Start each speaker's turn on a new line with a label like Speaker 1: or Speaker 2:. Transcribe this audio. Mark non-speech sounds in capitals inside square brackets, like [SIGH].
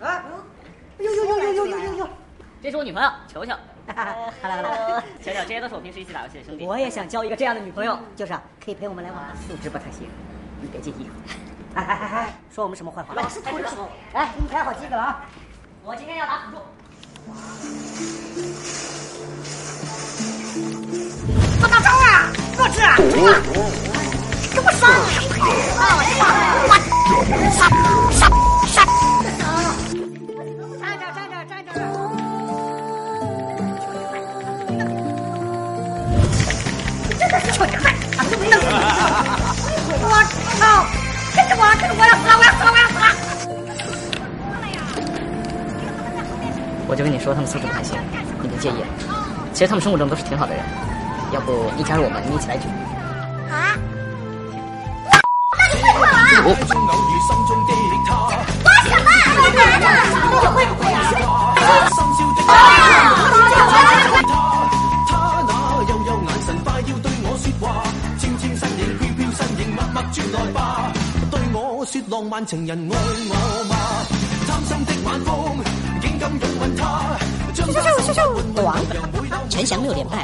Speaker 1: 啊这是我女朋友球球。
Speaker 2: 好了好了，
Speaker 1: [LAUGHS] 球球，这些都是我平时一起打游戏的兄弟。
Speaker 2: 我也想交一个这样的女朋友，就是啊，可以陪我们来往。素质不太行，你别介意。哎哎哎哎，说我们什么坏话？
Speaker 1: 老是突着说。
Speaker 2: 哎，你们排好机子了啊！
Speaker 1: 我今天要打辅助。
Speaker 2: 我大招啊，弱智啊，冲啊！给我上！我上上上！站着站着站着！我操！这是我，这是我要死了，我要死了，我要死了！
Speaker 1: 我就跟你说，他们素质不太行，你别介意。其实他们生活中都是挺好的人，要不你加入我们，你一起来一局。
Speaker 2: 啊！那你废话了啊！
Speaker 3: 将偶遇心中的他，
Speaker 2: 干什么？你干什么？会不会啊？
Speaker 3: 深宵的他，他那幽幽眼神快要对我说话，纤纤身影飘飘身影，默默转来吧，对我说浪漫情人愛我嗎？貪心的晚風，竟敢擁吻他，將
Speaker 2: 咻咻咻咻，王
Speaker 3: 讓每當
Speaker 2: 陈翔六连败，